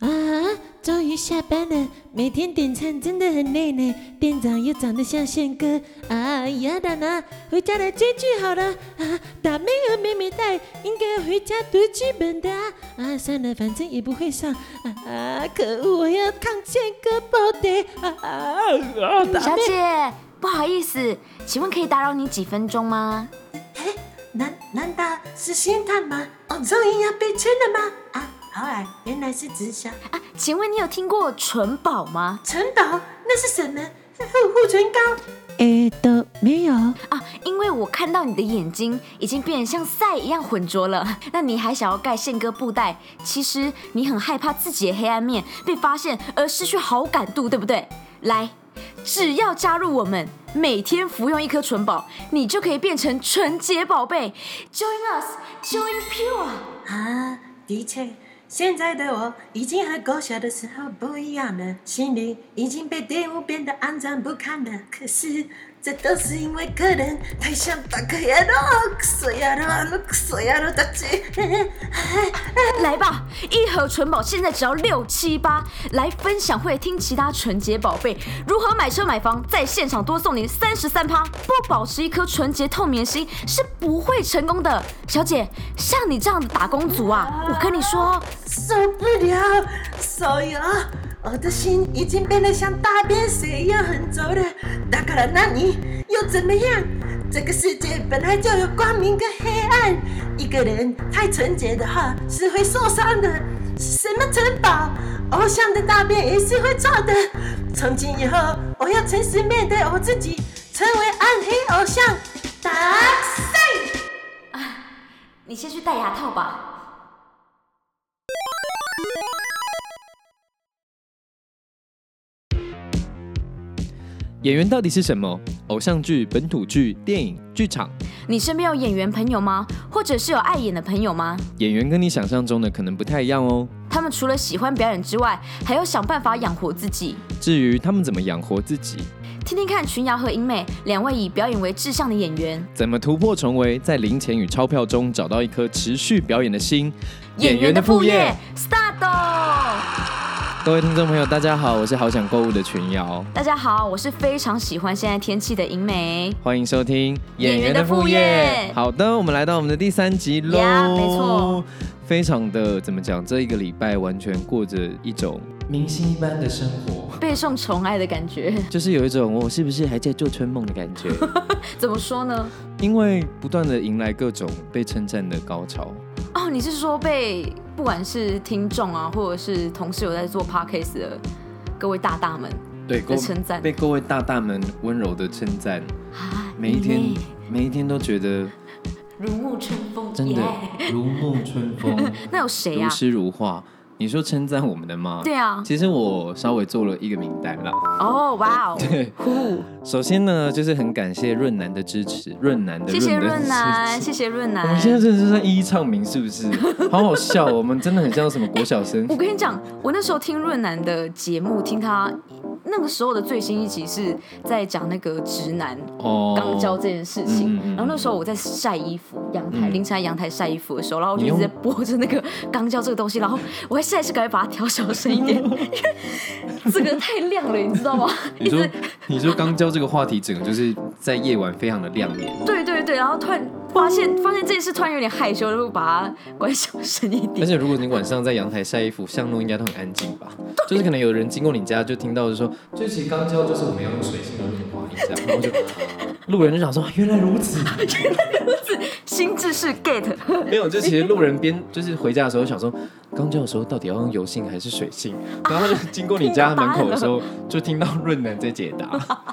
啊下班了，每天点餐真的很累呢。店长又长得像宪哥啊，呀的呢，回家来追剧好了啊。打妹和妹妹带，应该回家读剧本的啊。啊，算了，反正也不会上啊。啊，可恶，我要抗宪哥包的啊啊啊！打小妹，姐， 不好意思，请问可以打扰你几分钟吗？哎难难道是仙探吗？哦，终于要被签了吗？啊，好啊，原来是直销。啊，请问你有听过纯宝吗？城堡那是什么？护护唇膏？诶，都没有。啊，因为我看到你的眼睛已经变得像赛一样浑浊了， 那你还想要盖宪哥布袋？其实你很害怕自己的黑暗面被发现而失去好感度，对不对？来，只要加入我们，每天服用一颗纯宝，你就可以变成纯洁宝贝。Join us, join pure。啊，的确，现在的我已经和狗小的时候不一样了，心里已经被玷污变得肮脏不堪了。可是，这都是因为个人太像大个野郎，死野郎，死野郎，大姐。来吧，一盒纯宝现在只要六七八。来分享会听其他纯洁宝贝如何买车买房，在现场多送你三十三趴。不保持一颗纯洁透明心是不会成功的。小姐，像你这样的打工族啊，我跟你说，受不了，手游，我的心已经变得像大便水一样很浊了。だから那你又怎么样？这个世界本来就有光明跟黑暗，一个人太纯洁的话是会受伤的。什么城堡，偶像的大便也是会臭的。从今以后，我要诚实面对我自己，成为暗黑偶像。达赛。你先去戴牙套吧。演员到底是什么？偶像剧、本土剧、电影、剧场，你身边有演员朋友吗？或者是有爱演的朋友吗？演员跟你想象中的可能不太一样哦。他们除了喜欢表演之外，还要想办法养活自己。至于他们怎么养活自己，听听看群瑶和英妹两位以表演为志向的演员，怎么突破重围，在零钱与钞票中找到一颗持续表演的心， start。各位听众朋友，大家好，我是好想购物的群瑶，大家好，我是非常喜欢现在天气的银梅。欢迎收听《演员的副业好的，我们来到我们的第三集喽。呀没错，非常的怎么讲？这一个礼拜完全过着一种明星一般的生活，备受宠爱的感觉， 就是有一种我是不是还在做春梦的感 觉，怎么说呢？因为不断的迎来各种被称赞的高潮。哦，你是说被不管是听众啊，或者是同事有在做 podcast 的各位大大们对，被称赞被各位大大们温柔的称赞，啊，每一天银妹每一天都觉得如沐春风，真的耶如沐春 风，那有谁如啊？诗如画。你说称赞我们的吗？对啊，其实我稍微做了一个名单啦。哦，哇哦，对，呼， 首先呢，就是很感谢润南的支持，润南的谢谢润的润南，支谢持。谢润我南们。现在真的是在一一唱名，是不是？好好笑，哦我们真的很像什么国小生我。跟你讲，我那时候听润南的节目，听他那个时候的最新一集是在讲那个直男哦嗯肛交这件事情嗯嗯，嗯然后那时候我在晒衣服，阳台嗯凌晨在阳台晒衣服的时候，然后我就你一直用在播着那个肛交这个东西，然后我还晒是赶快把它调小声一 点，因为这个太亮了，你知道吗？ 你说，你说肛交这个话题，整个就是在夜晚非常的亮 眼，对对对，然后突然发嗯现发现这件事突然有点害羞，然后把它关小声一而点。且如果你晚上在阳台晒衣服，巷弄应该都很安静 吧？就是可能有人经过你家，就听到就说，这期肛交就是我们要用水性的润滑一下，然后就啊路人就想说，原来如此。心智是 get， 没有，就其实路人边就是回家的时候想说，刚交的时候到底要用油性还是水性？ 然后就经过你家门口的时候，就听到润南在解 答，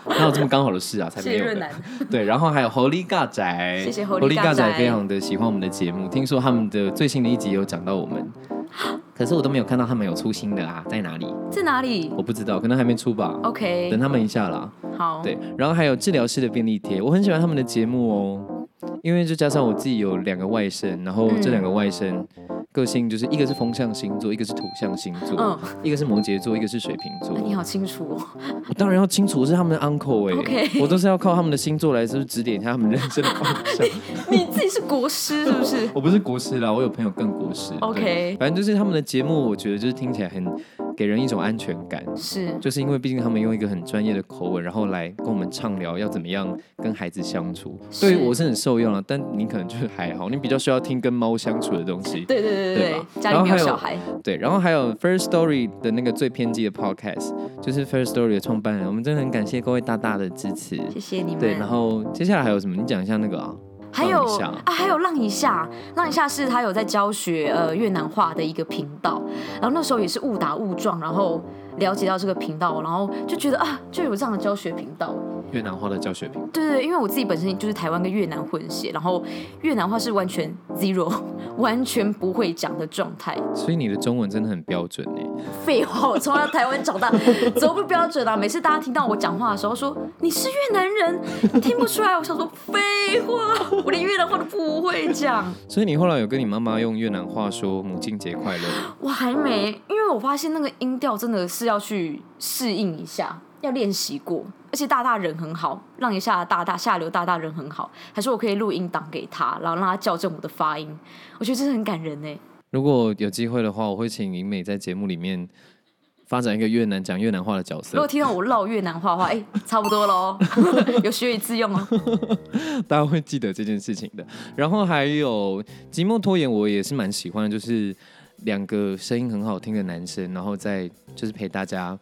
哪有这么刚好的事啊？才谢没谢有润呢南。 对，然后还有狐狸尬仔，谢谢狐狸尬仔仔非常的喜欢我们的节目，听说他们的最新的一集有讲到我们，可是我都没有看到他们有出新的啊，在哪里？在哪里我不知道，可能还没出吧。 ？OK，等他们一下啦，好，对，然后还有治疗师的便利贴，我很喜欢他们的节目哦，因为就加上我自己有两个外甥，然后嗯这两个外甥个性就是一个是风象星座，一个是土象星座，嗯一个是摩羯座，一个是水瓶座。你好清楚哦。我当然要清楚，我是他们的 uncle 哎、 OK 我都是要靠他们的星座来，就是指点一下他们人生的方 向。你自己是国师是不是？我不是国师啦，我有朋友更国师。对 OK 反正就是他们的节目，我觉得就是听起来很给人一种安全感。是 就是因为毕竟他们用一个很专业的口吻，然后来跟我们畅聊要怎么样跟孩子相处。是对我是很受用了，但你可能就是还好，你比较需要听跟猫相处的东西。对对对对吧对，家里没有小孩，对，然后还有 First Story 的那个最偏激的 Podcast，就是 First Story 的创办人，我们真的很感谢各位大大的支持。谢谢你们。对，然后接下来还有什么？你讲一下那个啊，还有放一下啊，还有浪一下，浪一下是他有在教学呃越南话的一个频道，然后那时候也是误打误撞，然后了解到这个频道，然后就觉得啊，就有这样的教学频道，越南话的教学频道。对对，对因为我自己本身就是台湾跟越南混血，然后越南话是完全 zero，完全不会讲的状态。所以你的中文真的很标准哎、废话，我从小在台湾长大，怎么不标准啊？每次大家听到我讲话的时候说你是越南人，你听不出来，我想说废话，我连越南话都不会讲。所以你后来有跟你妈妈用越南话说母亲节快乐吗，我还没，因为我发现那个音调真的是要去适应一下，要练习过。而且大大人很好，让一下的大大下流大大人很好，还说我可以录音档给他，然后让他校正我的发音，我觉得真的很感人呢。如果有机会的话，我会请银美在节目里面发展一个越南讲越南话的角如果色，听到我唠越南话的话，哎、差不多喽，有学以致用哦。大家会记得这件事情的。然后还有寂寞拖延，我也是蛮喜欢的，就是两个声音很好听的男生，然后再就是陪大家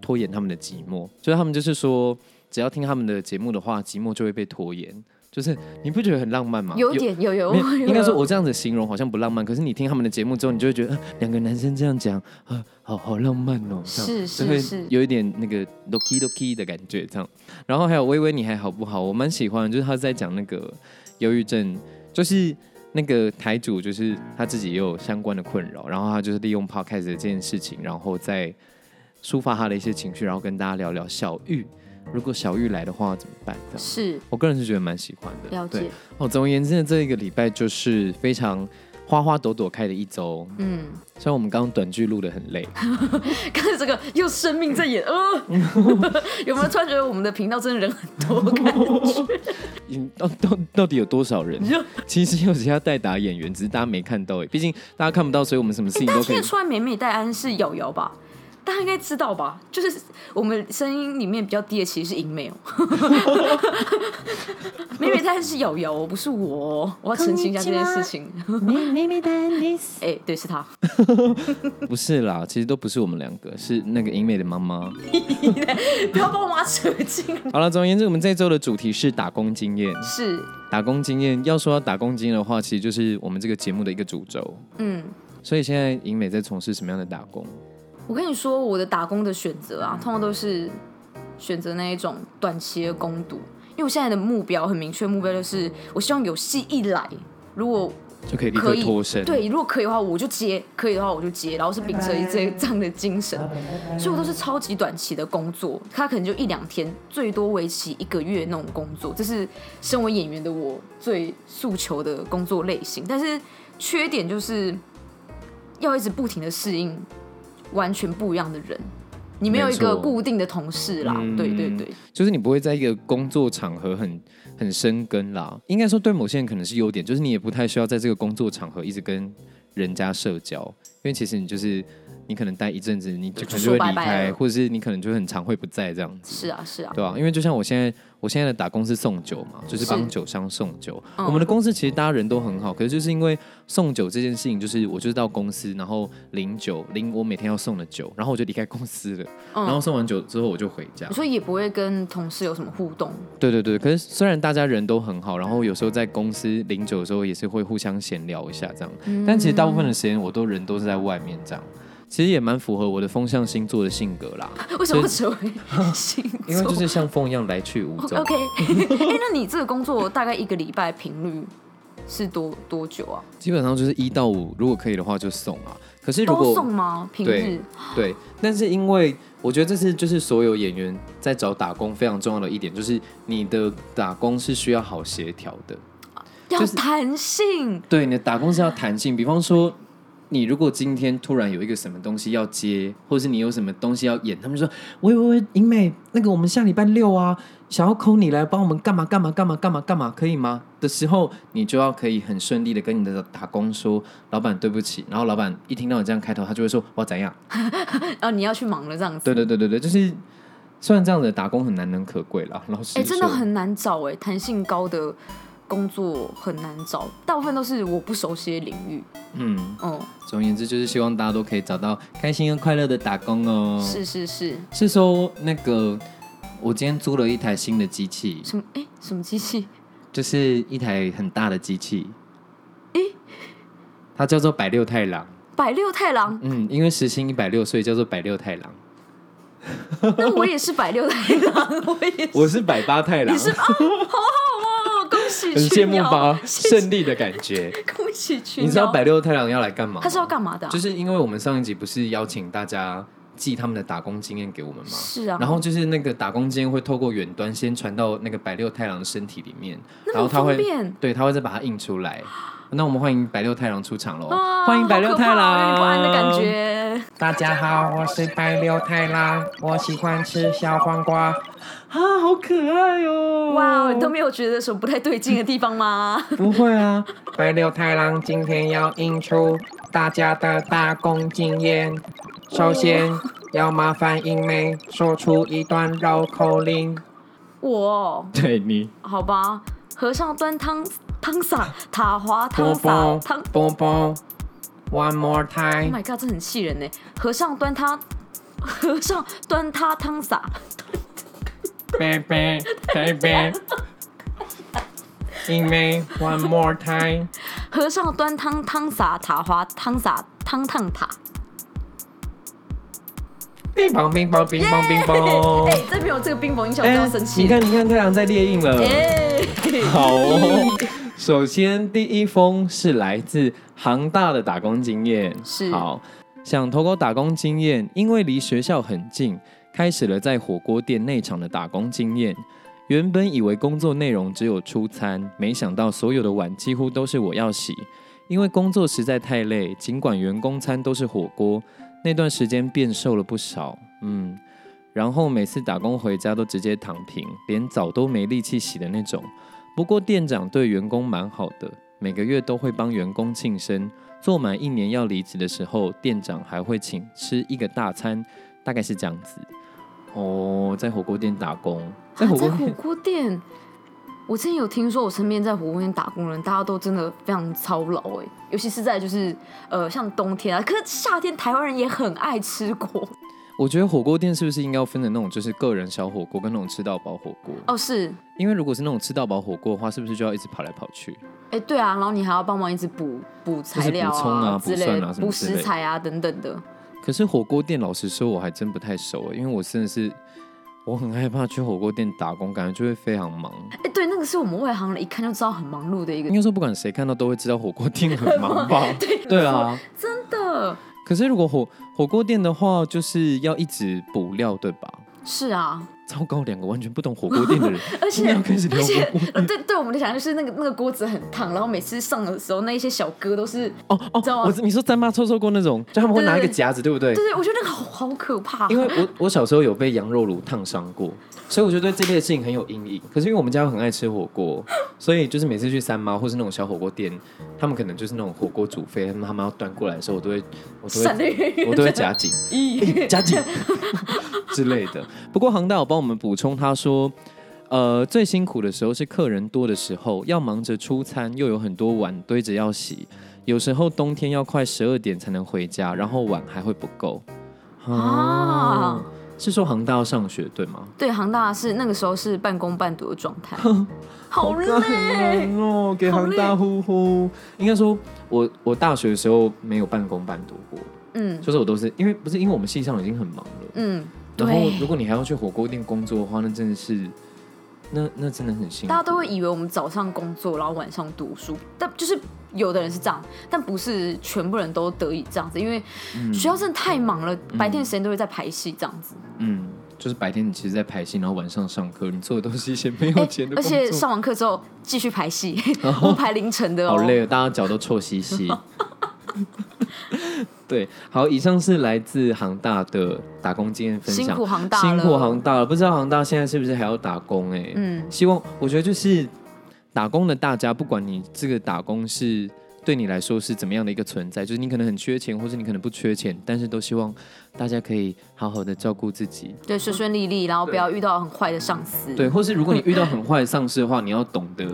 拖延他们的寂寞，就是他们就是说，只要听他们的节目的话，寂寞就会被拖延。就是你不觉得很浪漫吗？有一点有有，没有有应该说，我这样子形容好像不浪漫，可是你听他们的节目之后，你就会觉得、呃两个男生这样讲，啊，好好浪漫哦，这样是就会是是，有一点那个 doki doki 的感觉这样。然后还有微微，你还好不好？我蛮喜欢，就是他在讲那个忧郁症，就是那个台主，就是他自己也有相关的困扰，然后他就是利用 podcast 的这件事情，然后再抒发他的一些情绪，然后跟大家聊聊小玉。如果小玉来的话怎么办？这样，是我个人是觉得蛮喜欢的。了对解，哦，总而言之呢，这一个礼拜就是非常花花朵朵开的一周。嗯， 虽然我们刚刚短剧录的很累，看着这个用生命在演，呃， 有没有突然觉得我们的频道真的人很 多？感觉嗯到到到底有多少人你就？其实有其他代打演员，只是大家没看到而已。毕竟大家看不到，所以我们什么事情大家都可听以得。出来美美戴安是瑶瑶吧？大家应该知道吧？就是我们声音里面比较低的其实是银美哦， 美美戴安是瑶瑶哦，不是我哦，我要澄清一下这件事情。哎、对，是她。不是啦，其实都不是我们两个，是那个英美的妈妈。哎不要帮我妈扯进来。好了，总而言之，我们这一周的主题是打工经验。是，打工经验，要说到打工经验的话，其实就是我们这个节目的一个主轴。嗯，所以现在英美在从事什么样的打工？我跟你说，我的打工的选择啊，通常都是选择那一种短期的攻读，因为我现在的目标很明确，目标就是我希望有戏一来，如果就可以立可刻以脱身。对，如果可以的话，我就接；可以的话，我就接。然后是秉持一这这样的精神，所以我都是超级短期的工作，他可能就一两天，最多为期一个月那种工作。这是身为演员的我最诉求的工作类型，但是缺点就是要一直不停的适应完全不一样的人。你没有一没个错嗯固定的同事啦，对对对，就是你不会在一个工作场合很很生根啦。应该说，对某些人可能是优点，就是你也不太需要在这个工作场合一直跟人家社交，因为其实你就是你可能待一阵子，你就可能就就会说拜离拜开，了或者是你可能就会很常会不在这样子。是啊是啊，对啊，因为就像我现在，我现在的打工是送酒嘛，就是是帮酒商送酒。嗯我们的公司其实大家人都很好，可是就是因为送酒这件事情，就是我就是到公司，然后领酒，领我每天要送的酒，然后我就离开公司了。嗯然后送完酒之后，我就回 家。所以也不会跟同事有什么互动，对对对，可是虽然大家人都很好，然后有时候在公司领酒的时候也是会互相闲聊一下这样，嗯但其实大部分的时间我都人都是在外面这样，其实也蛮符合我的风象星座的性格 啦，为什么会成为 星座？因为就是像风一样来去无踪。 OK，哎、那你这个工作大概一个礼拜频率是多多久啊？基本上就是一到五，如果可以的话就送啊。可是如都果送吗？平对日对，但是因为我觉得这是就是所有演员在找打工非常重要的一点，就是你的打工是需要好协调的。要就是弹性，对，你的打工是要弹性，比方说。你如果今天突然有一个什么东西要接，或是你有什么东西要演，他们就说：“喂喂喂，英美，那个我们下礼拜六啊，想要扣你来帮我们干嘛干嘛干嘛干嘛干嘛，可以吗？”的时候，你就要可以很顺利的跟你的打工说：“老板，对不起。”然后老板一听到你这样开头，他就会说：“我要怎样？”哦，你要去忙了这样子。对对对对对，就是虽然这样子的打工很难能可贵啦，老师哎、真的很难找哎、弹性高的工作很难找，大部分都是我不熟悉的领域。嗯。哦、总而言之，就是希望大家都可以找到开心跟快乐的打工哦。是是是，是说那个，我今天租了一台新的机器，什么哎、什么机器？就是一台很大的机器，它叫做百六太郎。，百六太郎嗯，因为时薪一百六，所以叫做百六太郎。那我也是百六太郎， 我也是。我是百八太郎你，是啊，好好哦，恭喜很羡去慕苗，吧？谢谢胜利的感觉。 恭喜去苗。你知道百六太郎要来干嘛吗？他是要干嘛的啊、就是因为我们上一集不是邀请大家寄他们的打工经验给我们吗？是啊然后就是那个打工经验会透过远端先传到那个百六太郎的身体里面，然后他方会便对他会再把它印出来。那我们欢迎百六太郎出场喽！啊欢迎百六太好可怕有郎，点不安的感。觉。大家好，我是白六太郎，我喜欢吃小黄瓜。啊，好可爱哦！哇，你都没有觉得什么不太对劲的地方吗？不会啊，白六太郎今天要印出大家的打工经验。首先要麻烦英妹说出一段绕口令。 我哦对你好吧，和尚端汤汤洒，塔滑汤波洒波汤。波波，One more Oh time。 my god，这很气人呢！和尚端他，和尚端他汤洒， baby baby。英妹，One more time。和尚端汤汤洒，塔滑汤洒汤烫塔。冰棒冰棒冰棒冰棒。哎，这边有这个冰雹音效，我哎真的要生你气。看，你看，太阳在列印了。哎， 好哦。首先，第一封是来自航大的打工经验，是好想投稿打工经验，因为离学校很近，开始了在火锅店内场的打工经验。原本以为工作内容只有出餐，没想到所有的碗几乎都是我要洗，因为工作实在太累。尽管员工餐都是火锅，那段时间变瘦了不少，嗯，然后每次打工回家都直接躺平，连澡都没力气洗的那种。不过店长对员工蛮好的，每个月都会帮员工庆生。做满一年要离职的时候，店长还会请吃一个大餐，大概是这样子。哦，在火锅店打工，在在火火锅锅店，店，我之前有听说，我身边在火锅店打工的人，大家都真的非常操劳哎，尤其是在就是呃像冬天啊，可是夏天台湾人也很爱吃锅我觉得火锅店是不是应该要分成那种就是个人小火锅跟那种吃到饱火锅？哦，是因为如果是那种吃到饱火锅的话，是不是就要一直跑来跑去？哎，对啊，然后你还要帮忙一直补补材料就是补葱啊之补蒜类啊的，什么补之类的食材啊等等的。可是火锅店，老实说，我还真不太熟，欸因为我真的是我很害怕去火锅店打工，感觉就会非常忙。哎，对，那个是我们外行人一看就知道很忙碌的一个应，该说，不管谁看到都会知道火锅店很 忙吧？对啊。真的可是如果火火锅店的话，就是要一直补料，对吧？是啊，糟糕，两个完全不懂火锅店的人， 而今且天要开始聊而且火锅。呃对对我们的想象就是那个那个锅子很烫，然后每次上的时候那一些小哥都是哦你知道吗哦，我知你说三妈臭臭锅那种，就他们会拿一个夹子，对不对？对对，我觉得那个好好可怕。 因为我我小时候有被羊肉炉烫伤过，所以我就对这类的事情很有阴影。可是因为我们家很爱吃火锅，所以就是每次去三妈或是那种小火锅店，他们可能就是那种火锅煮沸，他们他们要端过来的时候，我都会我都闪得远远会的我都会 夹紧，咦，加紧 之类的。不过航大有帮我们补充，他说，呃，最辛苦的时候是客人多的时候，要忙着出餐，又有很多碗堆着要洗，有时候冬天要快十二点才能回家，然后碗还会不够。啊哦，是说航大要上学对吗？对，航大是那个时候是半工半读的状 态，好感累人。哦，给航大呼呼。应该说我我大学的时候没有半工半读过，嗯就是我都是因为不是因为我们系上已经很忙了，嗯，然后对如，果你还要去火锅店工作的话，那真的是，那那真的很辛苦。大家都会以为我们早上工作，然后晚上读书，但就是有的人是这样，但不是全部人都得以这样子，因为学校真的太忙了，白天时间都会在排戏这样子。嗯，就是白天你其实在排戏，然后晚上上课，你做的都是一些没有哎钱的而工作，且上完课之后继续排戏，我们排凌晨的哦。 好累哦，大家脚都臭兮兮。对，好，以上是来自航大的打工经验分享。辛苦航大辛了苦航大了，不知道航大现在是不是还要打工、欸？哎，嗯，希望我觉得就是打工的大家，不管你这个打工是对你来说是怎么样的一个存在，就是你可能很缺钱，或者你可能不缺钱，但是都希望大家可以好好的照顾自己。对，顺顺利利，然后不要遇到很坏的上司。对，，或是如果你遇到很坏的上司的话，你要懂得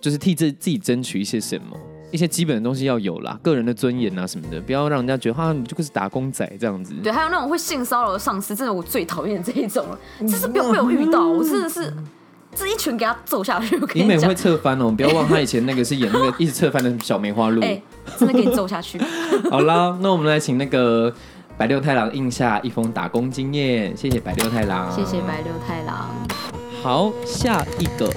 就是替自自己争取一些什么。一些基本的东西要有啦，个人的尊严啊什么的，不要让人家觉得啊，你就是打工仔这样子。对，还有那种会性骚扰的上司，真的我最讨厌这一种了。这是不要被我遇到，我真的是这一拳给他揍下去。我跟尹美讲会，侧翻哦，不要忘她以前那个是演那个一直侧翻的小梅 花鹿。哎、真的给你揍下去。好啦，那我们来请那个白六太郎印下一封打工经验，谢谢白六太郎，谢谢。白六太郎。好，下一个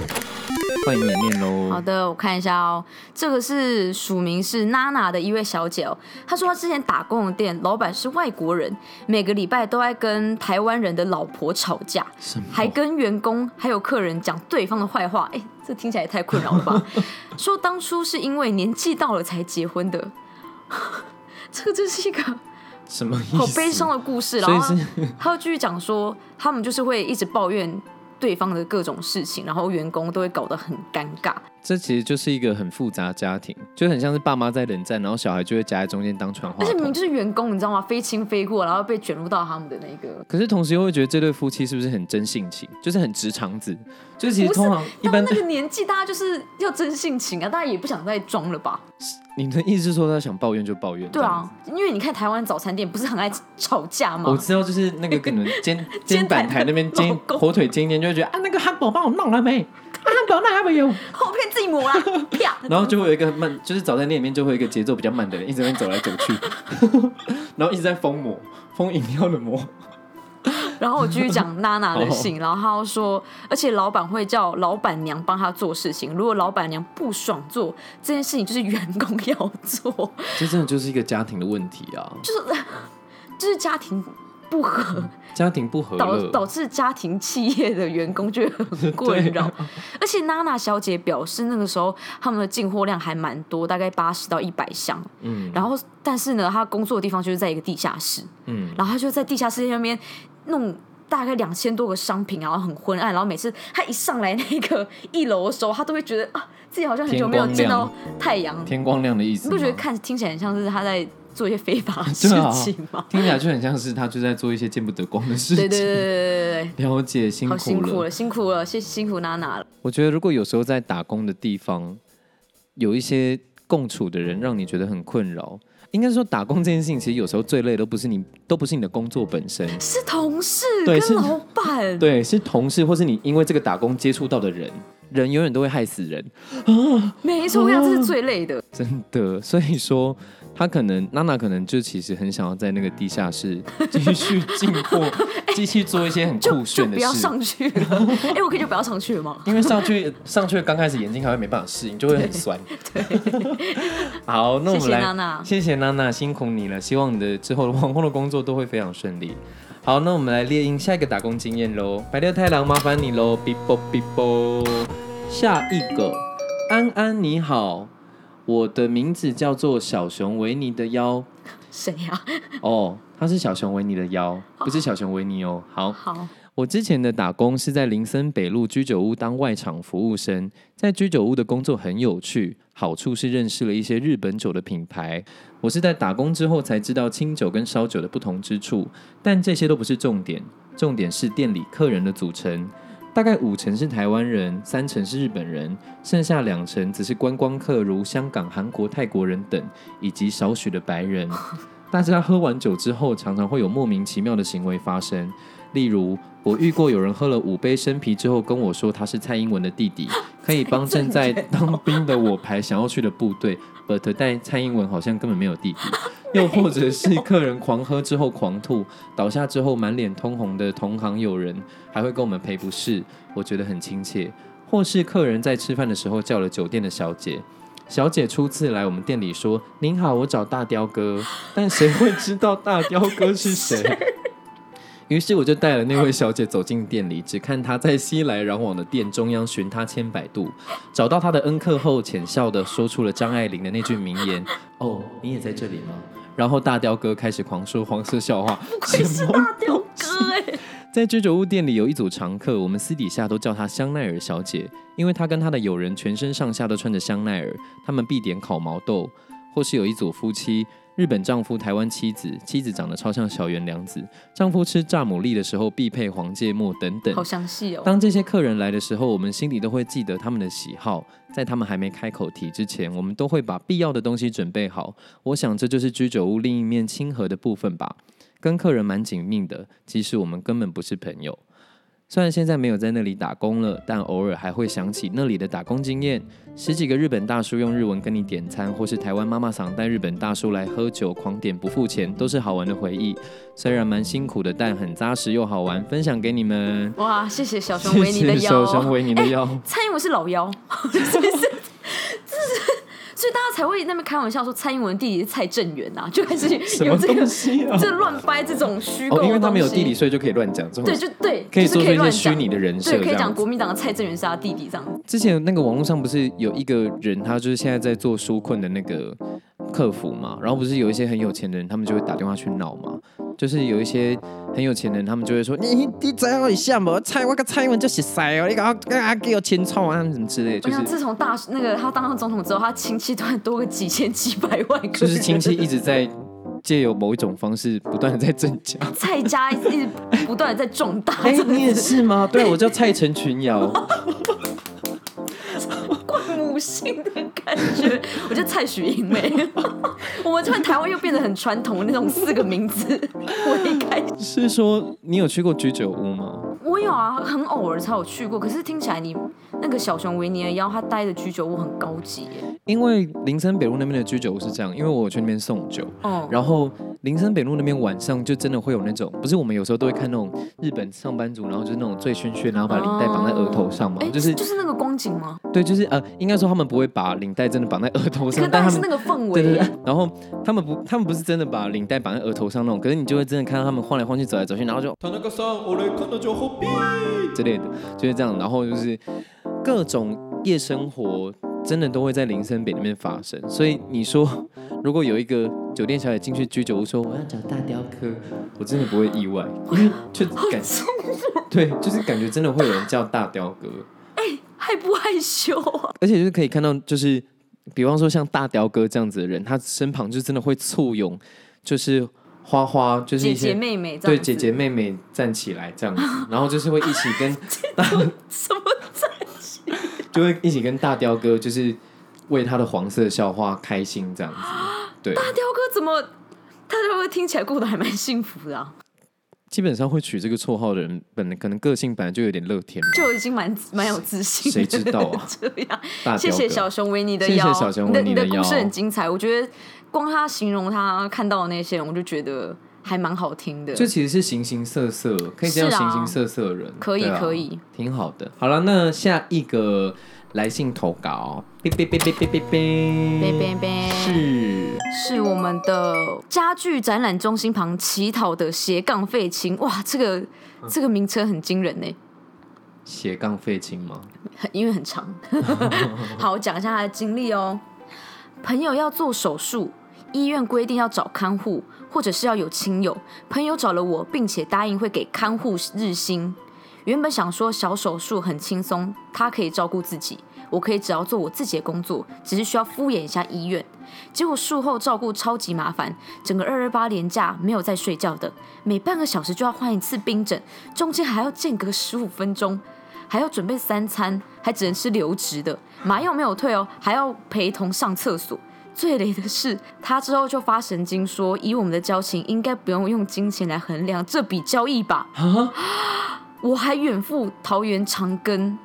换你念喽。好，的，我看一下哦，这个是署名是娜娜的一位小姐哦，她说她之前打工的店老板是外国人，每个礼拜都在跟台湾人的老婆吵架，什么？还跟员工还有客人讲对方的坏话，哎，这听起来也太困扰了 吧？说当初是因为年纪到了才结婚的， 这个真是 一个什么意思？好悲伤。的哦故事。所以然后是他又继续讲说，他们就是会一直抱怨对方的各种事情，然后员工都会搞得很尴尬。这其实就是一个很复杂的家庭，就很像是爸妈在冷战，然后小孩就会夹在中间当传话而且明明筒。就是员工，你知道吗？非亲非故，然后被卷入到他们的那个。可是同时又会觉得这对夫妻是不是很真性情，就是很直肠子，就是其实不是通常一到般那个年纪，大家就是要真性情啊，大家也不想再装了吧？ 你的意思是说他想抱怨就抱怨，对啊，，因为你看台湾早餐店不是很爱吵架吗我？知道，就是那个可能肩肩台膀台那边老肩公火腿尖尖，就会觉得啊，那个汉堡帮我弄了没？啊汉堡弄了没有？后面自己 抹啦，啪！然后就会有一个慢，就是早餐店里面就会有一个节奏比较慢的人，一直在那边走来走去， 然后一直在封膜，封饮料的膜。然后我继续讲娜娜的哦信，然后她又说，而且老板会叫老板娘帮她做事情，如果老板娘不爽做这件事情，就是员工要做， 这真的就是一个家庭的问题啊，就是家庭不和。家庭嗯不和导导乐。致家庭企业的员工就会很困 对扰。而且娜娜小姐表示，那个时候他们的进货量还蛮多，大概八十到一百箱。嗯然后，但是呢，她工作的地方就是在一个地下室，嗯，然后她就在地下室那边弄。大概两千多个商品，然后很昏暗，然后每次她一上来那个一楼的时候，她都会觉得啊，自己好像很久没有见天光到亮太阳。天光亮的意思你不吗。觉得看听起来很像是她在做一些非法的事对啊情 吗？听起来就很像是他就在做一些见不得光的事情？对对对对 对对对。了解，啊辛好辛苦苦了了，。辛苦了，谢谢辛苦娜娜了。我觉得如果有时候在打工的地方有一些共处的人，让你觉得很困扰，应该说打工这件事情，其实有时候最累都不是你，都不是你的工作本身，是同事对是跟老板，对，是同事或是你因为这个打工接触到的人，人永远都会害死人，没错，我想这是最累 的。真的。所以说，他可能娜娜可能就其实很想要在那个地下室继续进 货，继续做一些很就酷哎就炫的不要事。上去了， 哎、我可以就不要上去了吗？因为上去上去刚开始眼睛还会没办法适应，就会很酸。对， 好，那我谢们谢来，娜娜谢谢娜娜，辛苦你了，希望你的之后的往后的工作都会非常顺利。好，那我们来列印下一个打工经验喽，白六太郎，麻烦你喽，哔啵哔啵。下一个，安安你好，我的名字叫做小熊维尼的腰谁呀、哦，他是小熊维尼的腰，不是小熊维尼哦。好，好，我之前的打工是在林森北路居酒屋当外场服务生，在居酒屋的工作很有趣，好处是认识了一些日本酒的品牌。我是在打工之后才知道清酒跟烧酒的不同之处，但这些都不是重点，重点是店里客人的组成。大概五成是台湾人，三成是日本人，剩下两成则是观光客，如香港、韩国、泰国人等，以及少许的白人。 大家喝完酒之后，常常会有莫名其妙的行为发生，例如，我遇过有人喝了五杯生啤之后跟我说他是蔡英文的弟弟，可以帮正在当兵的我排想要去的部队，but 但蔡英文好像根本没有弟弟。又或者是客人狂喝之后狂吐，倒下之后满脸通红的同行友人，还会跟我们赔不是，我觉得很亲切。或是客人在吃饭的时候叫了酒店的小姐。小姐初次来我们店里说：“您好，我找大雕哥。”但谁会知道大雕哥是谁？于是我就带了那位小姐走进店里，只看她在熙来攘往的店中央寻她千百度，找到她的恩客后，浅笑的说出了张爱玲的那句名言：“哦，你也在这里吗？”然后大雕哥开始狂说黄色笑话，愧是大雕 哥哎、在居酒屋店里有一组常客，我们私底下都叫她香奈儿小姐，因为她跟她的友人全身上下都穿着香奈儿，他们必点烤毛豆，或是有一组夫妻，日本丈夫、台湾妻子，妻子长得超像小原良子，丈夫吃炸牡蛎的时候必配黄芥末等等好。详细哦。当这些客人来的时候，我们心里都会记得他们的喜好，在他们还没开口提之前，我们都会把必要的东西准备好。我想这就是居酒屋另一面亲和的部分吧，跟客人蛮紧密的，即使我们根本不是朋友。虽然现在没有在那里打工了，但偶尔还会想起那里的打工经验。十几个日本大叔用日文跟你点餐，或是台湾妈妈桑带日本大叔来喝酒狂点不付钱，都是好玩的回忆。虽然蛮辛苦的，但很扎实又好玩，分享给你们。哇，谢谢小熊谢维尼的哎谢腰小。熊维尼的腰，蔡英文是老妖， 所以是，这是，所以大家才会那边开玩笑说蔡英文弟弟是蔡正元啊，就开始 什有么这东个西啊？这乱掰这种虚构的东哦，西、因为他们有地理，所以就可以乱讲这对，种。就对，可以就是做出一些乱虚讲拟的人设，对，可这以样讲子。国民党的蔡正元是他弟弟这样子，之前那个网络上不是有一个人，他就是现在在做纾困的那个客服嘛，然后不是有一些很有钱的人，他们就会打电话去闹嘛，就是有一些很有钱的人，他们就会说你你知道一下无蔡我个蔡英文就实在哦，你搞啊给我千臭啊什么之类的，我就想是自从大那个他当上总统之后，他亲戚突然多个几千几百万个人，就是亲戚一直在借由某一种方式不断的在增加。 蔡家一直不断的在壮大， 哎、这你也是吗？ 对，我叫蔡陈群瑶。 灌母性的感觉，我觉得蔡徐英哎， 我们突然台湾又变得很传统的那种四个名字，我一开始是说你有去过居酒屋吗？我有啊，很偶尔才有去过，可是听起来你那个小熊维尼的腰，他待的居酒屋很高级耶，因为林森北路那边的居酒屋是这样，因为我有去那边送酒，嗯，然后林森北路那边晚上就真的会有那种，不是我们有时候都会看那种日本上班族，然后就是那种醉醺醺，然后把领带绑在额头上嘛，哎哦就是就是那个光景吗？对，就是呃，应该说他们不会把领带真的绑在额头可上，但当他然是们那个氛对对围对，，然后他们不，他们不是真的把领带绑在额头上那种，可是你就会真的看到他们晃来晃去、走来走去，然后就哦之类的，就是这样。然后就是各种夜生活真的都会在林森北那边发生，所以你说如果有一个酒店小姐进去居酒屋说我要找大雕哥，我真的不会意外，因为就感哦对，就是感觉真的会有人叫大雕哥。害不害羞啊？而且就是可以看到，就是比方说像大雕哥这样子的人，他身旁就真的会簇拥，就是花花，就是姐一姐些妹妹这对样子，姐姐妹妹站起来这 样子，然后就是会一起跟大什么就会一起跟大雕哥就是为他的黄色笑话开心这样子， 对，大雕哥怎么？大雕哥听起来过得还蛮幸福的、啊，基本上会取这个绰号的人，本来可能个性本来就有点乐天吧，就已经蛮蛮有自信的。谁知道 啊这样，大谢雕谢小哥。熊维尼的谢谢腰，小熊你维的尼你的的故事腰很精彩，我觉得光他形容他看到的那些人，我就觉得还蛮好听的。这其实是形形色色，可以这样啊是啊形形色色的人，可以对啊可以，挺好的。好了，那下一个来信投稿，哦哔哔哔哔哔哔拜哔拜拜，是是我们的家具展览中心旁乞讨的斜杠废青，哇，这个这个名称很惊人呢、欸斜杠废青吗？很因为很长。 好，我讲一下他的经历哦。朋友要做手术，医院规定要找看护，或者是要有亲友。朋友找了我，并且答应会给看护日薪。原本想说小手术很轻松，他可以照顾自己，我可以只要做我自己的工作，只是需要敷衍一下医院。结果术后照顾超级麻烦，整个二二八连假没有在睡觉的，每半个小时就要换一次冰枕，中间还要间隔十五分钟，还要准备三餐，还只能吃流质的，麻药没有退哦，还要陪同上厕所。最雷的是，他之后就发神经说，以我们的交情，应该不用用金钱来衡量这笔交易吧？啊，我还远赴桃园长庚，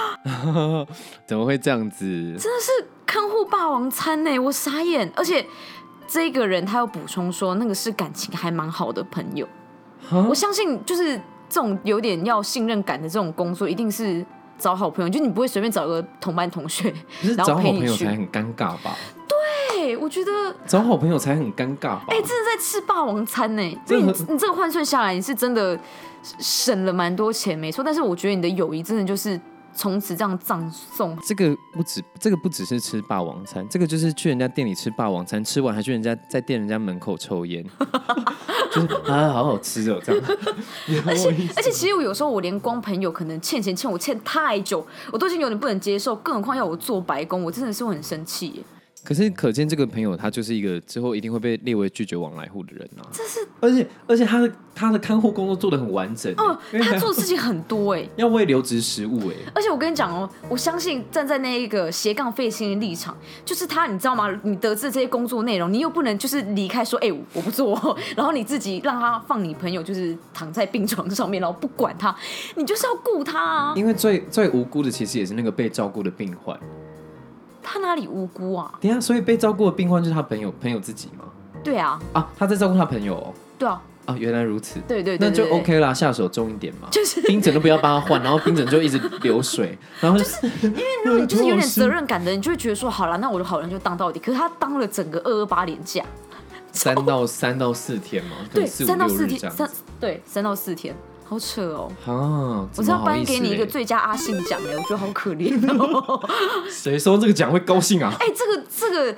怎么会这样子？真的是看护霸王餐呢，我傻眼。而且这个人他又补充说，那个是感情还蛮好的朋友。啊我相信就是这种有点要信任感的这种工作，一定是找好朋友，就你不会随便找个同班同学不是然后找好陪你朋友去才很尴尬吧？对，对，哎我觉得找好朋友才很尴尬吧？哎、真的在吃霸王餐呢、所这以你很你这个换算下来，你是真的省了蛮多钱，没错。但是我觉得你的友谊真的就是从此这样葬送。这个不止，这个不只是吃霸王餐，这个就是去人家店里吃霸王餐，吃完还去人家在店人家门口抽烟， 就是啊，好好吃哦，这样。你懂我意思而且其实我有时候我连光朋友可能欠钱欠我欠太久，我都已经有点不能接受，更何况要我做白工，我真的是会很生气耶。可是可见这个朋友他就是一个之后一定会被列为拒绝往来户的人啊。这是而且而且他的他的看护工作做的很完整、哦，因为他还做的事情很多哎。要为留职食物哎、而且我跟你讲哦，我相信站在那一个斜杠废青的立场，就是他，你知道吗？你得知这些工作内容，你又不能就是离开说，哎、我我不做、 哦，然后你自己让他放你朋友就是躺在病床上面，然后不管他，你就是要顾他啊。因为最最无辜的其实也是那个被照顾的病患。他哪里无辜啊？等一下，所以被照顾的病患就是他朋友朋友自己吗？对啊，啊，他在照顾他朋友、哦、对啊，啊，原来如此。对对对那就对对 OK 啦，下手重一点嘛。就是冰枕都不要帮他 换，然后冰枕就一直流水，然后就是因为如果你就是有点责任感的人，你就会觉得说，好了，那我的好人就当到底。可是他当了整个二二八连假， 三到三到四天嘛，可对，能四五三到六四日天这，样三对三到四天，好扯哦。啊，我怎是么要好颁意思给你一个嘞最佳阿信奖哎、我觉得好可怜哦。谁收这个奖会高兴啊？哎、这个这个，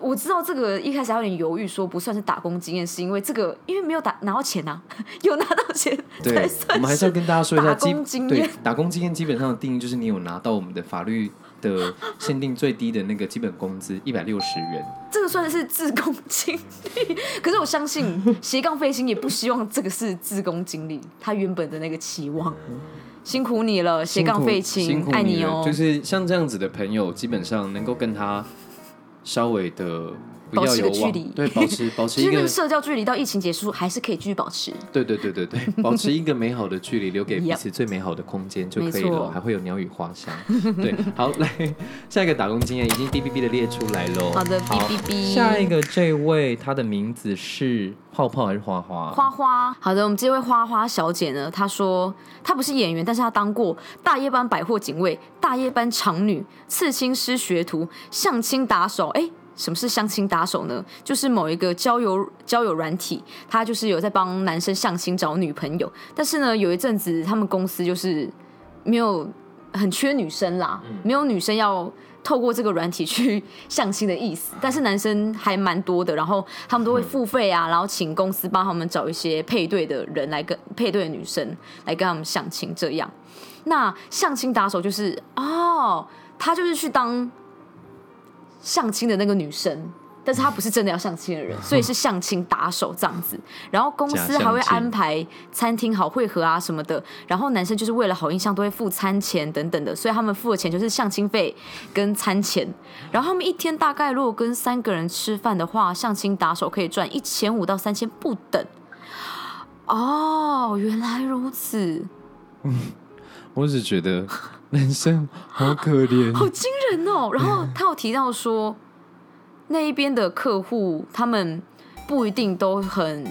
我知道这个一开始还有点犹豫，说不算是打工经验，是因为这个因为没有打拿到钱啊， 有拿到钱才对，我算们还是要跟大家说一下，打工经对验。打工经验基本上的定义就是你有拿到我们的法律的限定最低的那个基本工资一百六十元，这个算是自工经历。 可是我相 信斜杠飞行也不希望这个是自工经历，他原本的那个期望。辛苦你了，斜杠废嗯辛青，苦爱你你了哦。就是像这样子的朋友，基本上能够跟他稍微的不保要持有个距往离对，保持保就持一是那个个社交距离到疫情结束还是可以继续保持。对对对 对对，保持一个美好的距离，留给彼 Yep 此最美好的空间就可以没了。错还会有鸟语花香。 对，好，来下一个打工经验已经哔哔哔的列出来喽。好的哔哔哔下一个这位，她的名字是泡泡还是花花？花花，好的，我们这位花花小姐呢，她说她不是演员，但是她当过大夜班百货警卫、大夜班长女、刺青师学徒、相亲打手，哎。什么是相亲打手呢？就是某一个交友交友软体，她就是有在帮男生相亲找女朋友。但是呢，有一阵子他们公司就是没有很缺女生啦，没有女生要透过这个软体去 相亲的意思，但是男生还蛮多的，然后他们都会付费啊，然后请公司帮他们找一些配对的人来跟配对的女生来跟他们相亲这样。那相亲打手就是哦，他就是去当相亲的那个女生。但是他不是真的要相亲的人，所以是相亲打手这样子。然后公假司相还会亲安排餐厅好会合啊什么的。然后男生就是为了好印象都会付餐钱等等的，所以他们付的钱就是相亲费跟餐钱。然后他们一天大概如果跟三个人吃饭的话，相亲打手可以赚一千五到三千不等。哦，原来如此，我只觉得男生好可怜。好惊人哦！然后他有提到说，那一边的客户他们不一定都很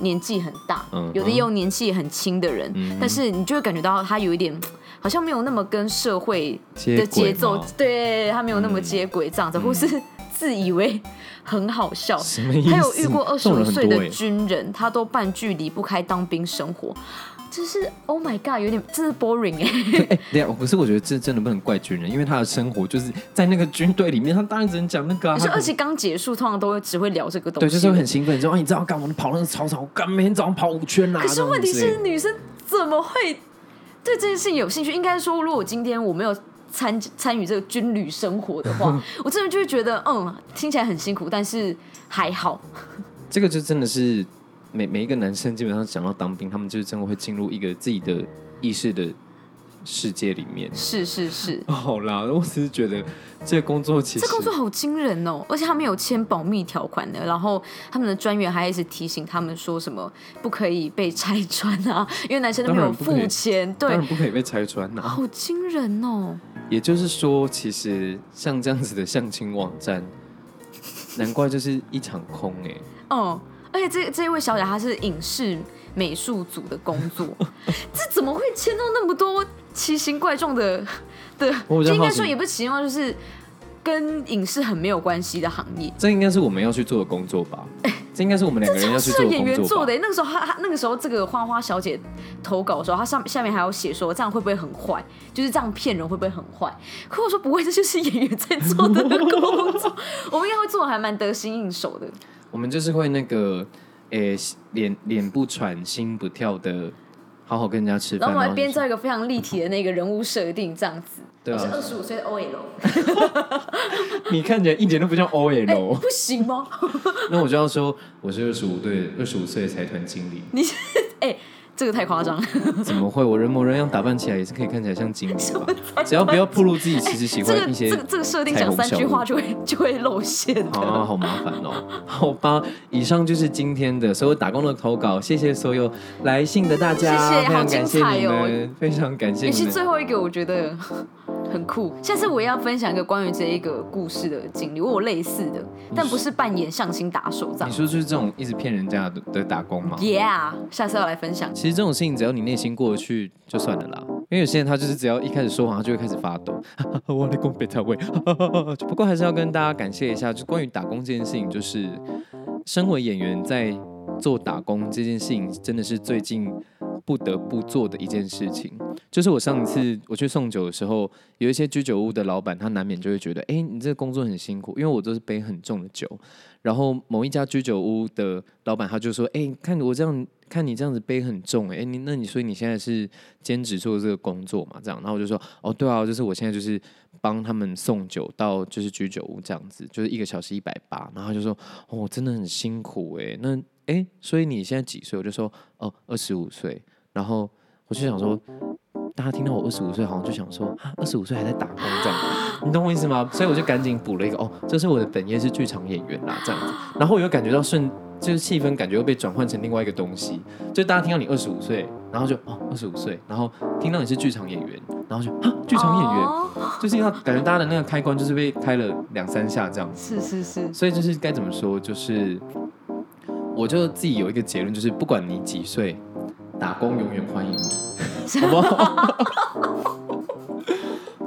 年纪很大，嗯哼有的也有年纪很轻的人，嗯哼但是你就会感觉到他有一点。好像没有那么跟社会接的节轨奏吗，对他没有那么嗯接轨这样子，或是自以为很好笑，什 么意思？还有遇过二这十种五人很岁多的哎。军人，他都半句离不开当兵生活，就是 Oh my God，有点真是 boring 哎、哎，对啊，可是我觉得这真的不能怪军人，因为他的生活就是在那个军队里面，他当然只能讲那个啊。而且他而且刚结束，通常都会只会聊这个东对，西。就是会很兴奋，说啊，你知道，干我们跑那个操场，我干每天早上跑五圈呐、啊。可是这样问题子之类是，的，女生怎么会对这件事情有兴趣？应该说，如果今天我没有参参与这个军旅生活的 话，我真的就会觉得，嗯，听起来很辛苦，但是还好。这个就真的是每每一个男生基本上想到当兵，他们就是真的会进入一个自己的意识的世界里面。哦是是是，好啦，我只是觉得这个工作其实这工作好惊人哦！而且他们有签保密条款的，然后他们的专员还一直提醒他们说什么不可以被拆穿啊，因为男生都没有付钱，当对然，不可以被拆穿呐、好惊人哦！也就是说，其实像这样子的相亲网站，难怪就是一场空哎、哦，而且这这一位小姐她是影视美术组的工 作，这怎么会签到那么多奇形怪状的的？我比较就应该好奇说也不是奇形怪状，就是跟影视很没有关系的行业。这应该是我们要去做的工作 吧？这应该是我们两个人要去是做的演员工做作吧的？耶，那个时候他他那个时候这个花花小姐投稿的时候，她上下面还有写说这样会不会很坏，就是这样骗人会不会很坏？可我说不会，这就是演员在做的工作，我们应该会做的还蛮得心应手 的。我们就是会那个，诶、脸脸不喘，心不跳的，好好跟人家吃然后饭，我们还编就是造一个非常立体的那个人物设定，这样子。对啊我是二十五岁的 OL，你看起来一点都不像 OL，、哎不行吗？ 那我就要说我是二十五对二十五岁的财团经理，你哎、这个太夸张了。怎么会？我人模人样打扮起来也是可以看起来像经 理的吧？只要不要暴露自己其实喜这欢个一些这个这个设定彩讲虹三小句屋话就会 就会露馅的。 啊，好麻烦哦。好吧，以上就是今天的所有打工的投稿，谢谢所有来信的大家，谢谢好非常精感谢你彩哦们，非常感谢尤你哎其们。最后一个，我觉得很酷。下次我也要分享一个关于这一个故事的经历，我有类似的，但不是扮演上心打手这你样。说就是这种一直骗人家的的打工吗？ Yeah，下次要来分享。其实这种事情，只要你内心过得去就算了啦。因为有些人他就是只要一开始说谎，他就会开始发抖。 我的工北太位。 不过还是要跟大家感谢一下，就关于打工这件事情，就是身为演员在做打工这件事情，真的是最近不得不做的一件事情。就是我上次我去送酒的时候，有一些居酒屋的老板，他难免就会觉得，哎、你这个工作很辛苦，因为我都是背很重的酒。然后某一家居酒屋的老板他就说，哎、看我这样，看你这样子背很重、诶哎，你那你所以你现在是兼职做这个工作嘛？这样，然后我就说，哦，对啊，就是我现在就是帮他们送酒到就是居酒屋这样子，就是一个小时一百八。然后他就说，哦，真的很辛苦哎、诶那哎、诶所以你现在几岁？我就说，哦，二十五岁。然后我就想说，大家听到我二十五岁，好像就想说啊，二十五岁还在打工这样，你懂我意思吗？所以我就赶紧补了一个哦，这是我的本业是剧场演员啦，啊这样子。然后我又感觉到瞬，就是气氛感觉又被转换成另外一个东西，就大家听到你二十五岁，然后就哦二十五岁，然后听到你是剧场演员，然后就啊剧场演员，哦就是要感觉大家的那个开关就是被开了两三下这样子。是是是，所以就是该怎么说，就是我就自己有一个结论，就是不管你几岁，打工永远欢迎你，好不好？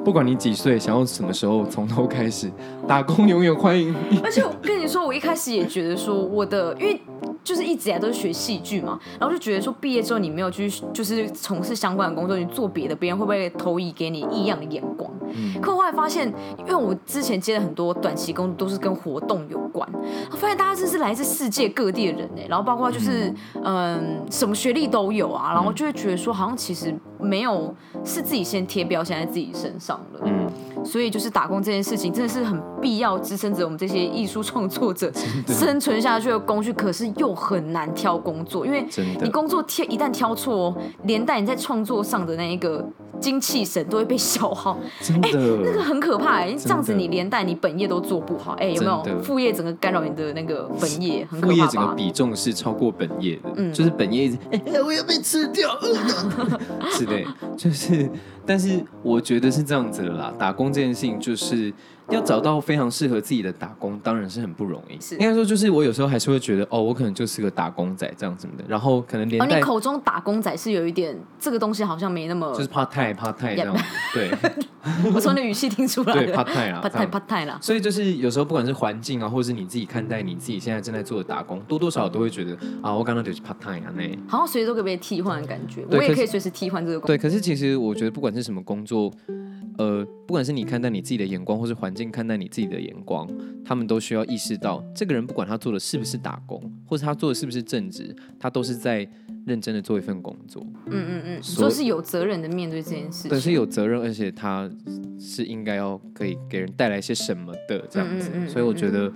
不管你几岁，想要什么时候从头开始，打工永远欢迎你。而且我跟你说，我一开始也觉得说我的，因为。就是一直以来都是学戏剧嘛，然后就觉得说毕业之后你没有去就是从事相关的工作，你做别的，别人会不会投以给你异样的眼光？嗯可我后来发现，因为我之前接了很多短期工，都是跟活动有关，我发现大家真是来自世界各地的人哎，然后包括就是嗯、什么学历都有啊，然后就会觉得说好像其实没有是自己先贴标签在自己身上了，嗯，所以就是打工这件事情真的是很必要支撑着我们这些艺术创作 者生存下去的工具，可是又很难挑工作，因为真的你工作挑一旦挑错，哦连带你在创作上的那一个精气神都会被消耗，真的，哎那个很可怕、欸。这样子真的你连带你本业都做不好，哎、有没真有的副业整个干扰你的那个本业，很可副业整怕个吧？哦比重是超过本业的，嗯就是本业一直、哎我要被吃掉 之类，就是，但是我觉得是这样子的啦。打工这件事情，就是要找到非常适合自己的打工，当然是很不容易。是应该说，就是我有时候还是会觉得，哦，我可能就是个打工仔这样什么的，然后可能连而、带、哦你口中打工仔是有一点这个东西好像没那么，就是怕太怕太这样 Yep 对我从你的语气听出来对的，怕太啊，怕这太样怕太啦。所以就是有时候不管是环境啊，或者是你自己看待你自己现在正在做的打工，多多少少都会觉得啊，我刚刚就是 part time 啊那。好像随时都可以被替换的感觉，对我也可可以是随时替换这个工作。对，可是其实我觉得，不管是什么工作，呃，不管是你看待你自己的眼光，或是环境看待你自己的眼光，他们都需要意识到，这个人不管他做的是不是打工，或是他做的是不是正职，他都是在认真的做一份工作，嗯嗯嗯，你说所是有责任的面对这件事对，情。是有责任，而且他是应该要可以给人带来些什么的这样子。嗯嗯嗯所以我觉得，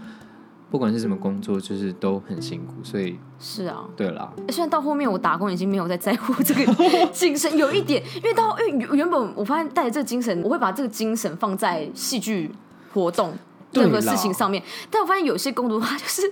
不管是什么工作，就是都很辛苦。所以，是啊，对啦，虽然到后面我打工已经没有再在乎这个 精神，有一点，因为到因为原原本我发现带着这个精神，我会把这个精神放在戏剧活动任何对啦事情上面。但我发现有些公主她就是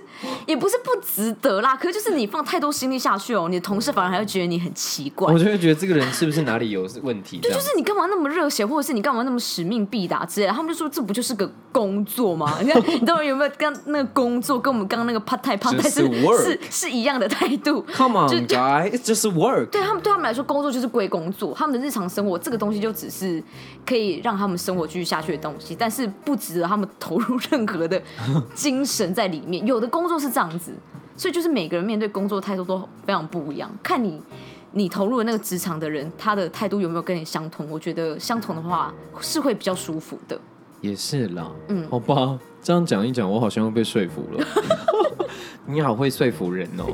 也不是不值得啦，可是就是你放太多心力下去哦，你的同事反而还会觉得你很奇怪我。就会觉得这个人是不是哪里有问题？这对，样就是你干嘛那么热血，或者是你干嘛那么使命必达之类的？他们就说这不就是个工作吗？ 你看，你到底有没有跟那个工作跟我们刚刚那个 part time part time 只是是 work 是是一样的态度？Come 就 on, 就 guy, it's just work。对他们对他们来说，工作就是归工作，他们的日常生活这个东西就只是可以让他们生活继续下去的东西，但是不值得他们投入 任何的精神在里面。有的工作是这样子，所以就是每个人面对工作态度都非常不一样，看你你投入的那个职场的人，他的态度有没有跟你相同。我觉得相同的话是会比较舒服的。也是啦，嗯好吧，这样讲一讲，我好像又被说服 了。你好会说服人哦。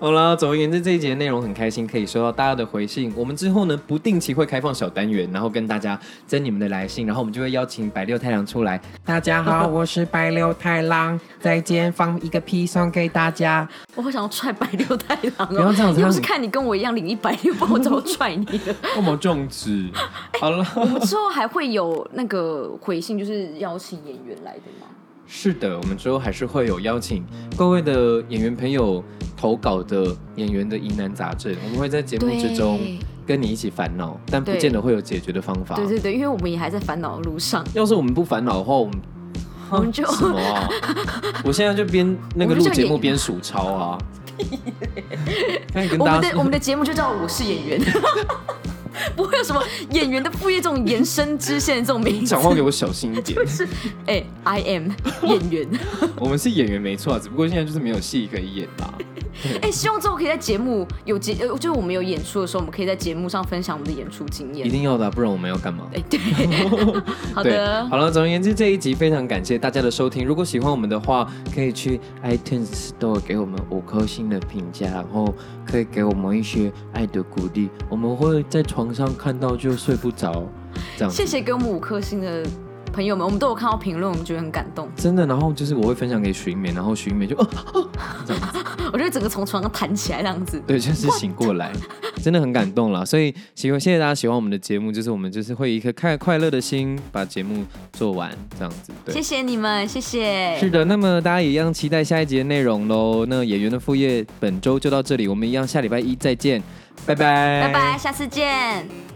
好啦，总而言之，这一节内容很开心，可以收到大家的回信。我们之后呢，不定期会开放小单元，然后跟大家征你们的来信，然后我们就会邀请白六太阳出来。大家好，我是白六太郎，在今天放一个屁送给大家。我好想要踹白 六太郎不要这样哦！子又不是他很看你跟我一样领一百六，不然我怎么踹你了？干嘛这样子？好了，之后还会有那个回信，就是邀请演员来的吗？ 是的，我们之后还是会有邀请各位的演员朋友投稿的演员的疑难杂症，我们会在节目之中对跟你一起烦恼，但不对见得会有解决的方法。对对对，因为我们也还在烦恼的路上，要是我们不烦恼的话，我们我们就 什么啊？我现在就边那个我们就录像节目演边数钞啊。可以跟我大们的家我说，们的节目就叫我是演员， 不会有什么演员的副业这种延伸支线这种名字 讲。 话给我小心一点。是，哎、i am 演员，我们是演员没错啊，只不过现在就是没有戏可以演啦。哎、希望之后可以在节目有节，呃就是我们有演出的时候，我们可以在节目上分享我们的演出经验一。定要的啊，不然我们要干嘛？哎、对，好对，的，好了，总而言之，这一集非常感谢大家的收听。如果喜欢我们的话，可以去 iTunes Store 给我们五颗星的评价，然后可以给我们一些爱的鼓励。我们会在床上看到就睡不着，这样子谢谢给我们五颗星的朋友们，我们都有看到评论，我们觉得很感动。真的。然后就是我会分享给徐美，然后徐美就 哦，我就整个从床上弹起来那样子。对，就是醒过来，真的很感动啦。所以喜欢，谢谢大家喜欢我们的节目，就是我们就是会以一颗开快乐的心把节目做完，这样子。对谢，谢你们，谢谢。是的，那么大家也一样期待下一集的内容喽。那演员的副业本周就到这里，我们一样下礼拜一再见，拜拜拜，拜，下次见。